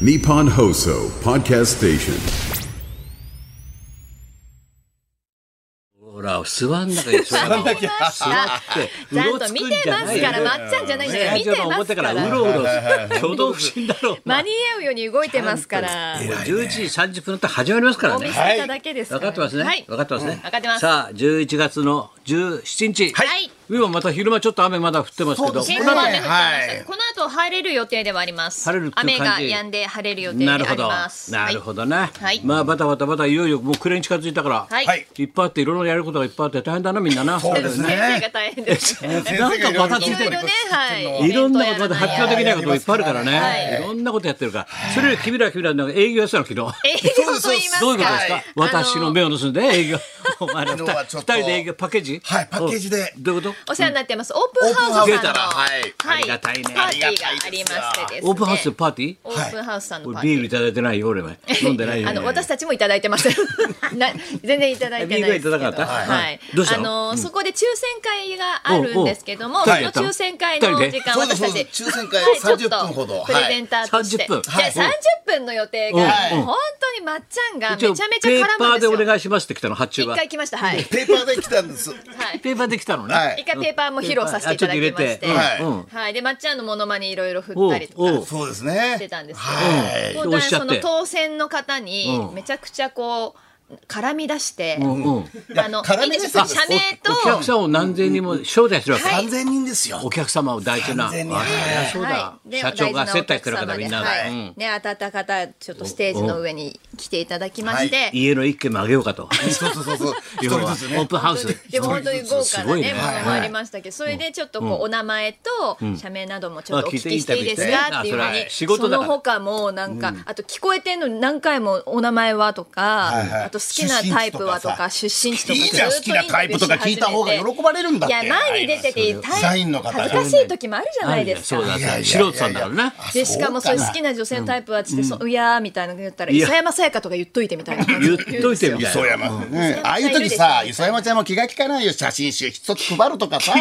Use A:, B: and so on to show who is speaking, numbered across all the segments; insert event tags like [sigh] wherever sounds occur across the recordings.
A: Nippon Hoso Podcast Station.
B: ほら、座んなきゃ座らなきゃ。座って、
C: [laughs] ちゃ
B: うんろ
C: と
B: つ
C: 見
B: くん
C: て
B: じゃ
C: ま
B: な
C: す
B: い
C: から、
B: よ。
C: まっちゃんじゃないんだから、見
B: ラジオ
C: て
B: の
C: ます
B: 表
C: か
B: から
C: ら。
B: うろうろ、挙動不審だろうな。
C: 間に合うように動いてますから。
B: もう11時30分になって始まりますから
C: お見
B: ね
C: せ。ただけです
B: 分
C: ら
B: かってますね。
C: はい。
B: 分かってますね。
C: 分かってます
B: さあ、11月の17日。
C: はい
B: 今また昼間ちょっと雨まだ降ってますけど。
C: 結
B: こ
C: 構
B: の後
C: 雨降ってました
D: はい
C: この後晴れる予定ではあります。
B: 晴れるってい
C: 雨
B: う感
C: が
B: じ
C: 止んで晴れる予定で
B: なる
C: あ
B: ほ
C: り
B: ど
C: ます。。
B: なる
C: ど。
B: ほどね
C: はい。
B: まあ、バタバタバタ、いよいよもう暮れに近づいたから。
C: はい。
D: はい
B: いっぱいあって、いろいろやることがいっぱいあって、大変だな、みんなな。
D: そうです
C: 先生が
D: ね。
C: 大変 [laughs] ですね。
D: 先
B: なんかバタつい
C: いろ
B: て
C: い
B: る
C: ろね、はい。
B: いろんなことまだ発表できないことがいっぱいあるから
C: は
B: ね。いろんなことやってるから。それより君ら君らなんか営業やってたの昨日。
C: 営業と言いますか。
B: どういうことですか
C: はい。
B: 私の目を盗んで営業。 [laughs] お前ら二
D: 昨
B: 人
D: 日はちょ
B: 二
D: っと
B: 人で営業パッケージ。
D: はいパッケージで
B: おどういうこと？
C: お世話になってます。オープンハウスさん
B: 出
C: の
B: たら
D: はい
B: ありがたいね
C: パーティーがありましてですね。
B: オープンハウスパーティー？
C: オープンハウスさんの
B: 俺
C: パーティー
B: ビールいただいてないよ俺
C: [laughs]
B: は。 [laughs] 飲んでないよ。
C: あの私たちもいただいてました。 [laughs] な全然いただいてないですけ
B: ビ
C: ど。
B: ールはいただかった
C: はい。
B: どうした
C: あ
B: の
C: の、そこで抽選会があるんですけども、
B: おうおう
C: その
B: 二人でやったの
C: 抽選会の
B: 二人で
C: 時間
D: そうで
C: 私た
D: すそう
C: ち
D: で。す。抽選会
C: はい
D: 三
C: ちょ
D: 十
C: っと
D: 分ほど。
C: プレゼンターとして、
B: 30分
C: で30分の予定が、
B: うん
C: 本当にまっちゃんがめち
B: 一
C: ゃ
B: 応
C: めちゃ
B: ペ
C: 絡
B: ーパ
C: むん
B: ー
C: です
B: で
C: よ
B: お。願いしますって来たの発注
C: 一
B: は。
C: 回来ました。はい。
D: ペーパーで来たん
B: [laughs]
D: です。
C: はい
B: ペーパーで来たの
D: は
B: ね
D: い。
C: 一回ペーパーも披露させていただきまし
B: うん
C: て、
D: はい
B: うんうん
C: はい。で、まっちゃんのモノマネいろいろ振ったりと
B: おうお
C: か
B: う
D: そうですね。
C: してたんですけど
D: はい。
C: 本
B: どう
C: 当に
B: しちゃ
C: そ
B: っ
C: の
B: て
C: 当選の方に
B: うん
C: めちゃくちゃこう絡み出して、
B: うんうん。
C: あの
D: 絡
C: いい
D: み
C: で
D: ですす
C: よ
D: よ
C: 社名と
B: お客さんを何千人も招待するわけ。
D: 三千人ですよ。
B: お客様を大事な。あ
D: 完全に
B: ーそうだ
C: は。いで
B: 社長が接待してるから
C: お
B: み
C: 大
B: ん
C: 事お
B: な
C: 客様で
B: が。
C: は
B: う
C: い
B: ん
C: ね当たった方ちょっとステージの上に来ていただきまして、
B: 家の一軒もあげようかと。
D: そうそうそうそう。
B: [laughs]
D: 一
B: 要は
D: 人
B: オ
D: ずつね
B: ー。プンハウス。
C: でも本当に豪華
B: す
C: な
B: ごい
C: ね
B: ね
C: ものもありましたけど、それでちょっとこうお名前と社名などもちょっとお聞きしていいです
B: あ
C: か
B: 聞
C: って
B: いて
C: いう
B: いい
C: の
B: あそれは
C: に、
B: 仕事だ
C: そ
B: から
C: の他もなんか、あと聞こえてんのに何回もお名前はとか、
D: いはい
C: あと好きなタイプはとか出身地とか
D: いいじゃん
C: ず
D: 好
C: っと
D: きなタイプとか聞いた方が喜ばれるんだって
C: いや前に出てて大
D: 社員の方
C: 恥ずかしい時もあるじゃないです
B: そ
C: か
B: う。だ
D: いやいやいやいや
B: 素人さんだからね。
C: でしかもそういう好きな女性のタイプはっつって、そういやーみたいなの言ったら
B: いや
C: 諫山さやかとか言っといてみたいな感じ
B: 言
C: で
B: っといてみたい
D: 磯
B: な。
D: 山ね、ああいう時さ、磯山ちゃんも気が利かないよ、写真集一つ配るとかさ、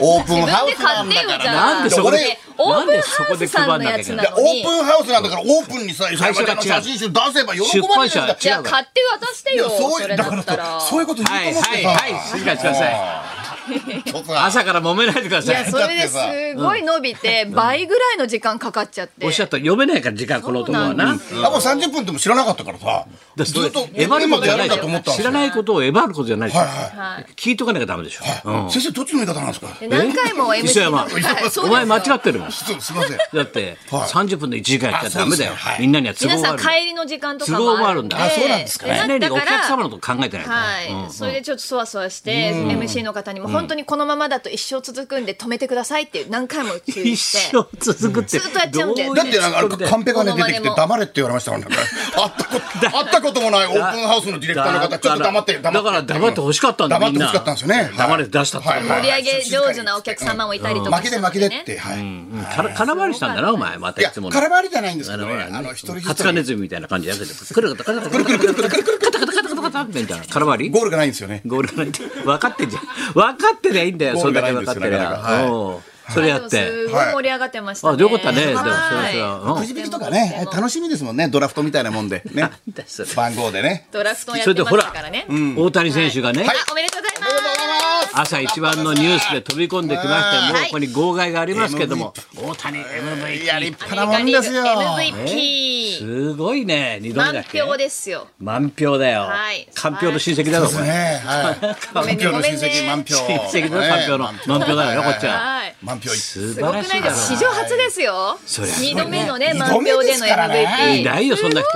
D: オープンハウスなん
C: 自分で買っ
D: だか
C: てよじゃあ
D: ら
B: なんでそこ
D: 俺
B: で、
C: オ
B: な
C: ー
B: ん
C: プン
B: でそ
C: ハ
B: こ
C: ウ
B: で
C: スさ
B: 配
C: ん
B: ん
C: の
B: なきゃ
C: や
B: い
C: つ
B: け
C: な
B: ない。
C: の
D: オ
C: に
D: ープンハウスなんだからオープンにさ、磯山ちゃんの写真集出せば喜ばれるんだ
B: 出版社
C: じ
B: は違
C: ゃあ
B: う
C: 買って渡して
D: い
C: よ
D: や、
C: そ
D: そうい
C: れ
D: う、
C: だ
D: だか
C: ったら
D: ら、そういうこと言
B: は
D: う
B: い
D: と思っ
B: はい
D: て
B: はい。
D: さ、
B: 静かにしてください。
D: ちょっとさ
B: 朝から揉めないでくだ
C: いや
B: さい。
C: それですごい伸びて倍ぐらいの時間かかっちゃって
B: おっしゃった読めないから時間この男は
C: そうな
B: な。
C: ん
B: だ
C: で
D: あもう30分でも知らなかったからさ、
B: から
D: ず
B: そ
D: っと
B: れえばることじゃないで
D: だ
B: し
D: と思っ
B: ょ。
D: たん
B: 知
D: ですよ
B: らないことをえばることじゃないでしょ
D: はいはい
C: はい
B: 聞いとかなきゃダメでしょ。うん
D: 先生どっちの言い方なんですか。
C: で何回も
B: え磯
C: MC
B: 山
C: のはいそうですよ
B: お前間違ってるもん。
D: ちょっとすみません。
B: だって
D: はい
B: 30分で1時間やっちゃダメだよ
D: あそうですね。はい
B: みんなには都合
C: 皆
B: が
C: さ
B: あ
C: ん
B: る。
C: 帰りの時間とか
B: 都合
C: も
B: も
C: あ
B: あ
C: る
B: る
C: ん
B: ん
C: で
B: だ
D: あそうなんですかね
B: 常に
C: だか
B: お
C: ら
B: 客様のこと考えてないから。
C: はい、それでちょっとそわそわして、MC の方にも本当にこのままだと一生続くんで止めてくださいって何回も注意
B: 一
C: して
B: 生続くって。
C: ずっとやっちゃうんで
B: どい
D: だってなんかあれカンペがね
C: モノマ
D: 出て
C: ネ
D: き
C: も
D: て黙れって言われましたからね。会ったこと会ったこともないオープンハウスのディレクターの方ちょっと黙って
B: だからだから黙ってほしかったんだ
D: 黙っ
B: み
D: て
B: んな
D: ほしかったんですよね。
B: 黙れて出したって
D: はいはい
C: 盛り上げ上手なお客様もいたりとか
D: 負けで負けでっては
B: う
D: い。
B: んから絡まりしたんだなお前またい
D: いや
B: つもの。
D: 空回りじゃないんですけ
B: あ
D: ど
B: のほ
D: ね
B: らね
D: あの一人一
B: ハツカネ
D: 人
B: ズミみたいな感じでやっててくるくるくるくるくるくるくるくるカタカタカタカタカタみたいな絡まり
D: ゴールがないんですよね。
B: ゴールがないって分かってんじゃん分かってりゃいいんだよ
D: ゴ
B: それ
D: ール
B: だ
D: がな
B: け
D: い
B: 分
D: んで
B: かってり
D: すよなかな
B: ゃ
D: かはい
B: おうそれやっ
C: でも
B: て
C: すごい盛り上がってましたね。
B: あでよかったねでもそれ
C: はい
B: はうん
D: くじ引きとかね楽しみですもんねドラフトみたいなもんでね
B: なんだそれ
D: 番号でね。
C: ドラフトやっ
B: それで
C: てま
B: ほ
C: した
B: ら
C: からね。
B: 大谷選手がね
C: あおめでとうございま
D: おめでとうございます
B: 朝一番のニュースで飛び込んできまして
D: はい
B: もうここに号外がありますけども大谷
D: いや立
B: MVP
D: 派
C: す。
D: なもんですよ。
C: アメリカリーグ MVP
B: すごいね二度目だ
C: 満
B: っけ
C: 票ですよ。
B: 満票だよ
C: はい
B: 完票の親戚だろお前
D: ねはい。
C: ごめんね
D: 満票
C: ご
D: の親
C: めんね
D: 戚満票。
B: 親戚の満票の
D: ね
B: 満票だよねこっちは
C: はい。
D: 満票
B: 素
C: す
B: 晴
C: ごくな
B: ら
C: い
B: しいだ
C: で
B: ろ
C: すか。史上初ですよ。
B: そりゃ
C: 二度目のね
D: 二
C: 満
D: 度目
C: 票
D: で
C: ですの
D: からね
B: いな
C: MVP。
B: いよそんな人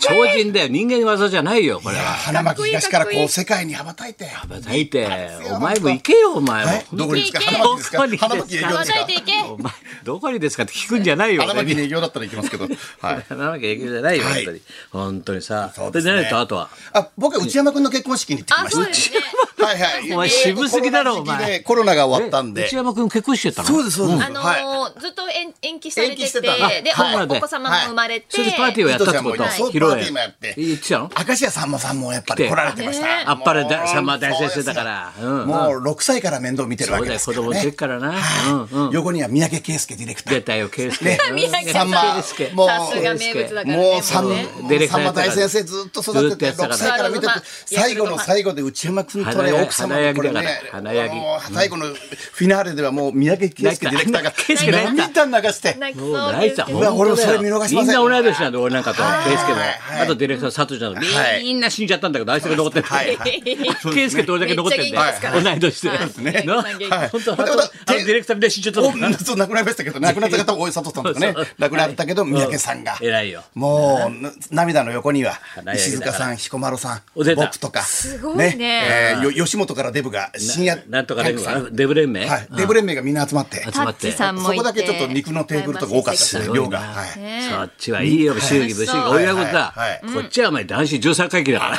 B: 超人だよ人間技じゃないよこれは
D: 花巻東から
C: かっこい
D: こ
C: いう
D: 世界に羽ばたいて。
B: 叩い
D: [laughs]
B: てお前も行けよお前も
D: えどこにですか
C: 行け
D: 花巻です
B: どこ
D: か
B: に
D: 花巻営業
C: 羽
D: で
C: ば
D: す
C: たい
D: か
C: ていけ。
B: お前どこにですかって聞くんじゃないよ
D: 花巻営業だったら行きますけど。はい。
B: なわけ営業じゃないよ
D: は
B: 本
D: い
B: 当に本当にさ
D: そ
B: [laughs]
D: う
B: で
D: ですね
B: 何とあとは
D: あ、僕は内山君の結婚式に行ってき
C: あ
D: ま
C: そうです
D: し
C: ね。
D: た。はいはい。
B: お前渋すぎだろお前。
D: コロナが終わったん
B: え
D: で。
B: 内山君結婚してたの
D: そうですそうです。
C: あの
D: はい。
C: ーずっと延延期されて
D: 延期して
C: て
D: たあ
C: で
D: はい
C: お子様も生まれて
B: それでパーティーをやったってこと
D: はいのソープパーティーもやって、
B: 言ってたの
D: 明石家さんまさんもやっぱ
B: 来
D: り
B: て
D: 来られてました。
C: ね
B: あっぱれ
D: も
B: だ
D: う
B: さんま大先生だから。
D: そうですよもう6歳から面倒見てるわ
B: そう
D: け
B: だ
D: で
B: よ、
D: す
B: 子
D: から
B: 供でっか
D: ね。
B: らな。うんうん。
D: 横には三宅圭介ディレクタ
B: 出
D: ー。
B: たよ、圭
C: [laughs]
B: 介。
C: 宅
D: さんま
B: 圭介、
D: もう
C: さすが名物だからね。
D: もうさん
C: も
D: も
C: うね
B: ディレ
D: う
B: クタ
D: さ
B: ー
D: ん
B: や
D: ま
B: ったから
D: 大先生ずっと育てて
B: ずっとやってたから
D: 6歳から見てて最後の最後で内山君と
B: 華
D: ね
B: や
D: 奥様のこれね
B: 華やぎ
D: もう最後のフィナーレではもう三宅圭介ディレクターが
B: 圭介泣い
D: 涙流して
C: 泣き
B: もう
C: そう
B: 泣
C: で
B: い
C: す
B: た
C: けど
B: 本当だよ
C: [laughs]
D: 俺もそれ見逃しません
B: みんな同い年なんで俺なんかと
D: はい
B: 圭介も
D: はい
B: あとディレクター佐藤ちゃん
D: はい
B: もみんな死んじゃったんだけどあいつが残ってる
D: はいはい [laughs]
B: 圭介と俺だけ残ってるんだ
C: め
B: よ
C: っちゃ
B: 同
C: 元
B: い年
C: はいそうで
B: です
C: ね
B: な
C: はい
B: 本当あ
D: また
B: の
D: また
B: あのディレクターで死んじゃった
D: お
B: んだから
D: そう亡くなりましたけど亡くなった方も大江里さんとかね
B: そうそう
D: 亡くなったけど三宅さんが
B: うん偉いよ
D: もうな涙の横には
B: 華やぎ
D: 石
B: だから
D: 塚さん彦摩呂さ
B: お
D: ん
B: 出た
D: 僕とか
C: すごいね
D: えーよ吉本からデブが深夜
B: なんとかデブ
D: 体育さん
B: あデブ連盟
D: はいデブ連盟がみんな集まって
B: 集
C: タ
B: ま
C: ッ
B: って
C: チさんも
D: そ
C: いて
D: こだけちょっと肉のテーブルとか多かったです
B: す
D: ね
B: ごいな
D: 量がはい
C: ね
B: そっちはいいよ祝儀
C: 楽
B: 武士
C: しそう
B: がお祝い事だ
D: はいはい
B: こっちはお前男子13回忌だ
D: [laughs]
B: から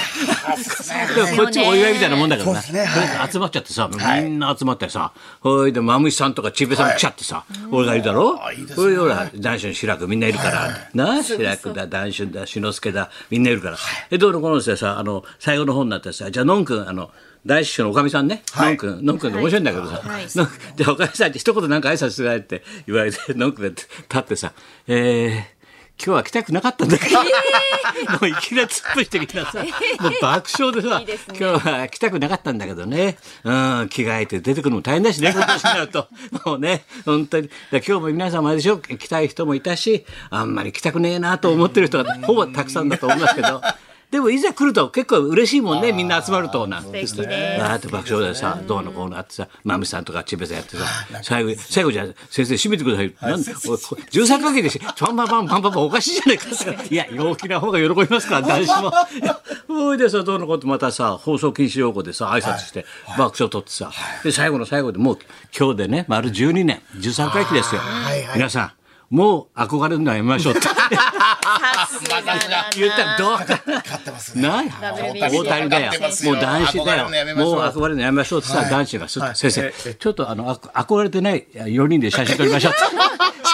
C: うですよね
B: こっちもお祝いみたいなもんだからな
D: そうですねは
B: 集まっちゃってさ
D: はい
B: みんな集まってさほいでマムシさんとかチーペさんも来ちゃってさ俺がいるだろ
D: あいいですね
B: ほいでほら男子の志らくみんないるからな志らくだ男子だ志の輔だみんないるからえどうのこうのってさあの最後の方になってさじゃあのんくんあの大師匠のおかみさんね、
D: はい
B: のんくん、のんくんの面白いんだけどさ、
C: はい
B: のんで、おかみさんって一言なんか挨拶してないって言われて、のんくんが立ってさ、えー、今日は来たくなかったんだけど、 [laughs] もういきなり突っ伏してきなさ、もう爆笑でさ、
C: いいですね
B: 今日は来たくなかったんだけどね、うん、着替えて出てくるのも大変だし
C: [laughs]
B: ね、今年になると。もうね、本当に。だから今日も皆様あれでしょ、来たい人もいたし、あんまり来たくねえなと思ってる人がほぼたくさんだと思いますけど、でもいざ来ると結構嬉しいもんね、みんな集まるとなんて。
C: 素敵です
B: わーって爆笑でさ、どうのこうのあってさ、マムシさんとかチベさんやってさ、最後、最後じゃあ先生締めてください。なんで、おいこ13かけでし、パンパンパンパンパンおかしいじゃないかって言ったら。いや、陽気な方が喜びますから、男子も。ほいでさ、どうのこうってまたさ、放送禁止用語でさ、挨拶して、爆笑取ってさ、で、最後の最後でもう今日でね、丸12年、13回忌ですよ。皆さん、もう憧れるのはやめましょうって
C: さすがだな
B: 言ったらどうかな。
D: 勝ってますね
B: ない
C: WBC
B: 大谷だよ
D: 勝ってます
B: も
D: よ
B: う男子だ
D: 憧れるのやめ
B: よ
D: ましょ
B: も
D: う
B: う憧れるのやめましょうってさ、男子がすっと、先生ちょっとあのあ憧れてない4人で写真撮りましょう
D: [laughs]
B: って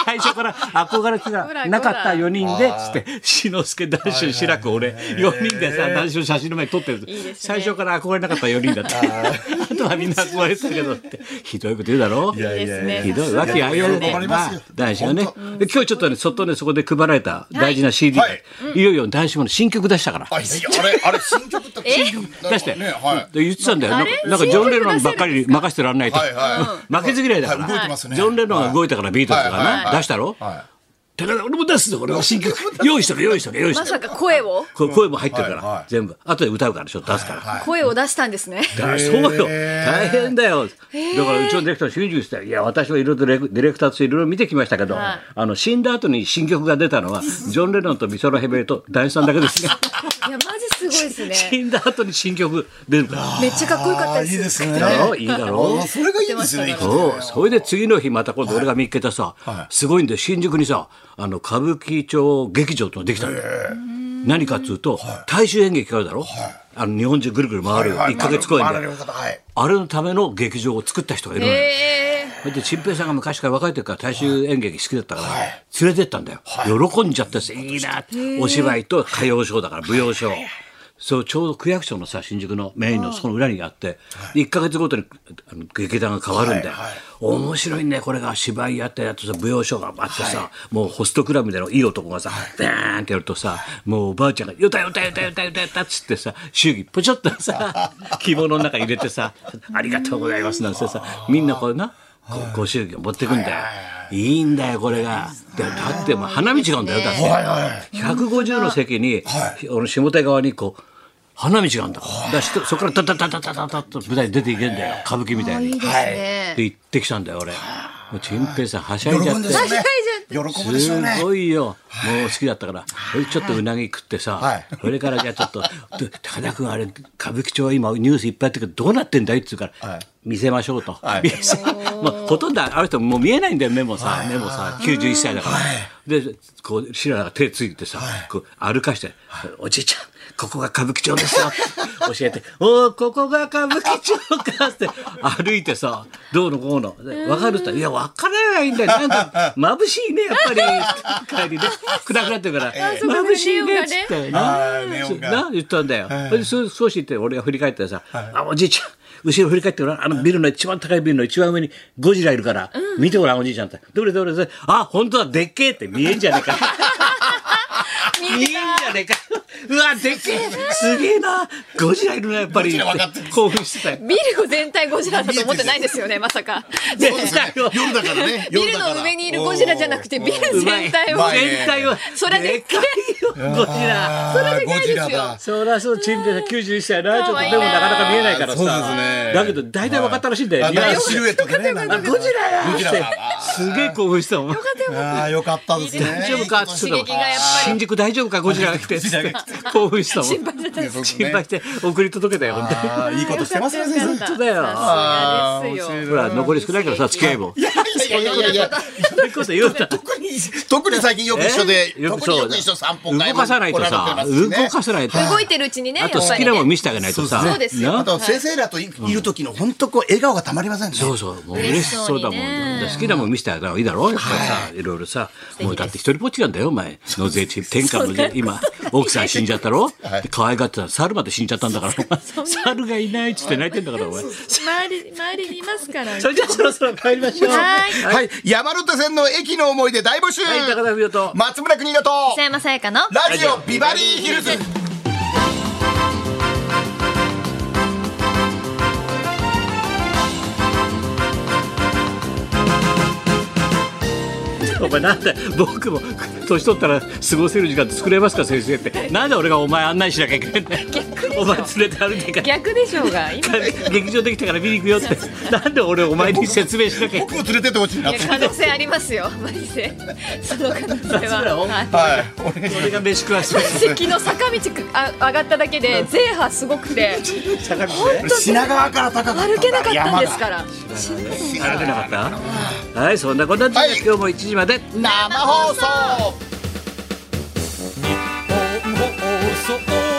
B: 最初から憧れて
C: ほら
B: たなかった4人でつって志の輔男子志らく俺4人でさ男子の写真の前に撮ってる
C: いいですね
B: 最初から憧れなかった4人だってあとはみんな憧れてたけどってひどいこと言うだろ
C: いいですね
B: ひどいわけあいあいで
D: わかりますよ
B: 男子がねで今日ちょっとねそっとねそこで配られた大事な CD が
D: はい
B: いよいよ男子もの新曲出したから
D: あいやあれあれ新曲って新曲なんか
B: 出して、
D: ねはい
B: で言ってたんだよなんかなんかジョン・レノンばっかり任せてらんないと、
D: はいは
B: 負けず嫌いだから、
D: はい動いてますね
B: ジョン・レノンが動いたからビートルズがな、
D: はいはいはい
B: 出したろ、
D: は
B: だから俺も出すぞ
D: [laughs]
B: 俺は新曲用意しとけ用意しとけ用意し
C: ま
B: と
C: さ
B: け、
C: か声を
B: こ声も入ってるから、
D: はいはい
B: 全部後で歌うからちょっと出すから、
C: 声を出したん
D: [laughs]
C: ですね。
B: だからそうよ大変だよだからうちのディレクター集中して「いや私はいろいろディレクターとしていろいろ見てきましたけど、
C: はい
B: あの死んだ後に新曲が出たのはジョン・レノンと美空ヘベルと大地さんだけですね
C: いやマジすごいですね。
B: 死んだ後に新曲出るから。
C: めっちゃかっこよかった
D: あ
C: で。
D: いいです [laughs] すね
B: だろいいだろ
D: あそれがいいですよね
B: そう、それで次の日また今度俺が見っけたさ、すごいんで新宿にさ、あの、歌舞伎町劇場とできたのよ。何かっつうと、大衆演劇があるだろあの、日本中ぐるぐる回る、1ヶ月公演
D: 回れ
B: で。
D: る方はい
B: あれのための劇場を作った人がいるのよ。
C: ええ
B: で、陳平さんが昔から若い時から大衆演劇好きだったから、連れてったんだよ。喜んじゃったし、いいなってお芝居と歌謡ショーだから、舞踊ショー。そう、ちょうど区役所のさ、新宿のメインのそこの裏にあって、1ヶ月ごとにあの劇団が変わるんだよ。面白いね、これが芝居やったやつとさ、舞踊ショーがあってさ、もうホストクラブみたいないい男がさ、バーンってやるとさ、もうおばあちゃんが、よたよたよたよたよたよたっつってさ、祝儀ポチョっと [laughs] さ、着物の中に入れて [laughs] さ、ありがとうございますなんてさ、みんなこれな、こうご祝儀を持ってくんだよ。いいんだよ、これが。だだって、もう花道があるんだよ、だって。150の席に、俺の下手側にこう、花道があるんだから。だからしそこからタタタタタタタと舞台に出ていけんだよ、歌舞伎みたいに。
C: いいですね。
B: で、行ってきたんだよ、俺。もう、陳平さん、はしゃいじゃっ
D: 喜ん
B: て
D: で。そう
C: 大
D: ね
C: 丈
D: 喜ぶでしょうね
B: すごいよ、もう好きだったから、それちょっとうなぎ食ってさ、
D: はい
B: それからじゃあちょっと、で高田君、あれ、歌舞伎町は今、ニュースいっぱいやってるけど、どうなってんだいって言うから、
D: はい
B: 見せましょうと、
D: はい
B: 見せまあ、ほとんどあの人、もう見えないんだよ、目もさ、目もさ、91歳だから、で、こう、白良が手ついてさ、こう歩かして、おじいちゃん、ここが歌舞伎町ですよって教えて、 [laughs] おーここが歌舞伎町かって歩いてさ、どうのこうの、でわかるって言ったらいや、わからないんだよ。なん
D: [laughs]
B: か、眩しいね、やっぱり。帰りね、暗くなってるから、
C: そうか
B: 眩しいねっつって。
D: あーネオンが
B: な言ったんだよ。それでそ少し言って俺が振り返ったらさ、あおじいちゃん後ろ振り返ってごらんあのビルの一番高いビルの一番上にゴジラいるから、見てごらんおじいちゃんってどれどれどれあ本当だでっけえって見えんじゃ
D: [laughs]
B: ねえか見えんじゃねえかうわでっけえすげえなゴジラいるなやっぱり
D: ゴジラ分かってる
B: 興奮してたよ
C: ビルを全体ゴジラだと思ってないですよね、まさか。
B: 全体を
D: 夜だからね。
C: ビ
D: 夜
C: ル
D: だから
C: の上にいるゴジラじゃなくて、ビル
B: うまい
C: 全体を
D: う。まいね
B: 全体を
C: それでっけえ
B: かいよゴジラ
D: あー
C: それでかいですよ
D: ゴジラだ
B: そりゃそうチンペイさん91歳やなちょっと
C: かわいい
B: でもなかなか見えないからさ
D: そうですね
B: だけど大体分かったらしいんだよ、
D: あ
B: 似合
D: なん
B: う
D: かシルエットでね。なん
B: あ
D: か
B: ゴジラや
D: ゴジラだ
B: すげえ興奮したもん
D: ああ、よかったですね。
B: 大丈夫か
C: 刺激がやっぱ
B: 新
C: り。
B: 宿大丈夫かゴジラが来てつって興奮したもん心
C: 配して
D: た
B: 配して送り届けたよ本当に
D: ああ、いいことしてますね、先
C: よ
D: 生
C: か。った
B: 当だよ
C: さすがです
D: あー面白い
C: よ。
B: ほら残り少ないからさ付き合いも
D: いやいやいやいや、
B: そういうこと言うた
D: 特に、 [laughs] 特に最近よく一緒で、
B: えよく
D: 特に
B: そ
D: よ
B: う
D: く一緒散歩会
B: 動かさないとさ動かさないと
C: 動いてるうちにね、や
B: あ
C: っ
B: と好
C: ぱ
B: き
C: り
B: なもん
C: ね。
B: 見せてあげないとさ
C: そうですよ
B: な
D: あと先生らといいる時の本当こう笑顔がたまりませんね。
B: そうそう、もう嬉しそうだもん。好きなもん見せてあげたらいいだろう。やっぱりさ、いろいろさ、もうだって一人ぼっちなんだよ、お前。納税地、天下の税、今、奥さん死んじゃった [laughs] ろ
D: はい
B: で可愛がってたら猿まで死んじゃったんだから、お前。猿がいないっつって泣いてんだから、お前。
C: 周り、周りにいますから。
B: それじゃあそろそろ帰りましょう。は
C: はい。
D: はい、山手線の駅の思い出大募集。
B: い、高田文夫と。
D: 松村邦洋と、
C: 北山さやかの。
D: ラジオビバリーヒルズ。
B: お前なんで僕も年取ったら過ごせる時間作れますか先生ってなんで俺がお前案内しなきゃいけないんだよお前連れて歩いていかない
C: 逆でしょうが。今
B: 劇場できたから見に行くよってなんで俺お前に説明しなきゃいけない
D: 僕を連れてってほしいなって。
C: 可能性あります
D: [laughs]
C: よ。マジで。その可能性
B: 松村
C: は。
B: を
C: はい
D: はい、お願いし
B: 俺が飯食わせて
C: 昨日坂道くあ上がっただけで税波すごくて
D: [laughs]
B: 坂道で
D: ます品川から高かった。
C: 歩けなかったんです
D: ら。
C: から
B: 歩けなかったはいそんなこんなんで、
D: はい
B: 今日も1時まで
D: 生放送。
E: 放送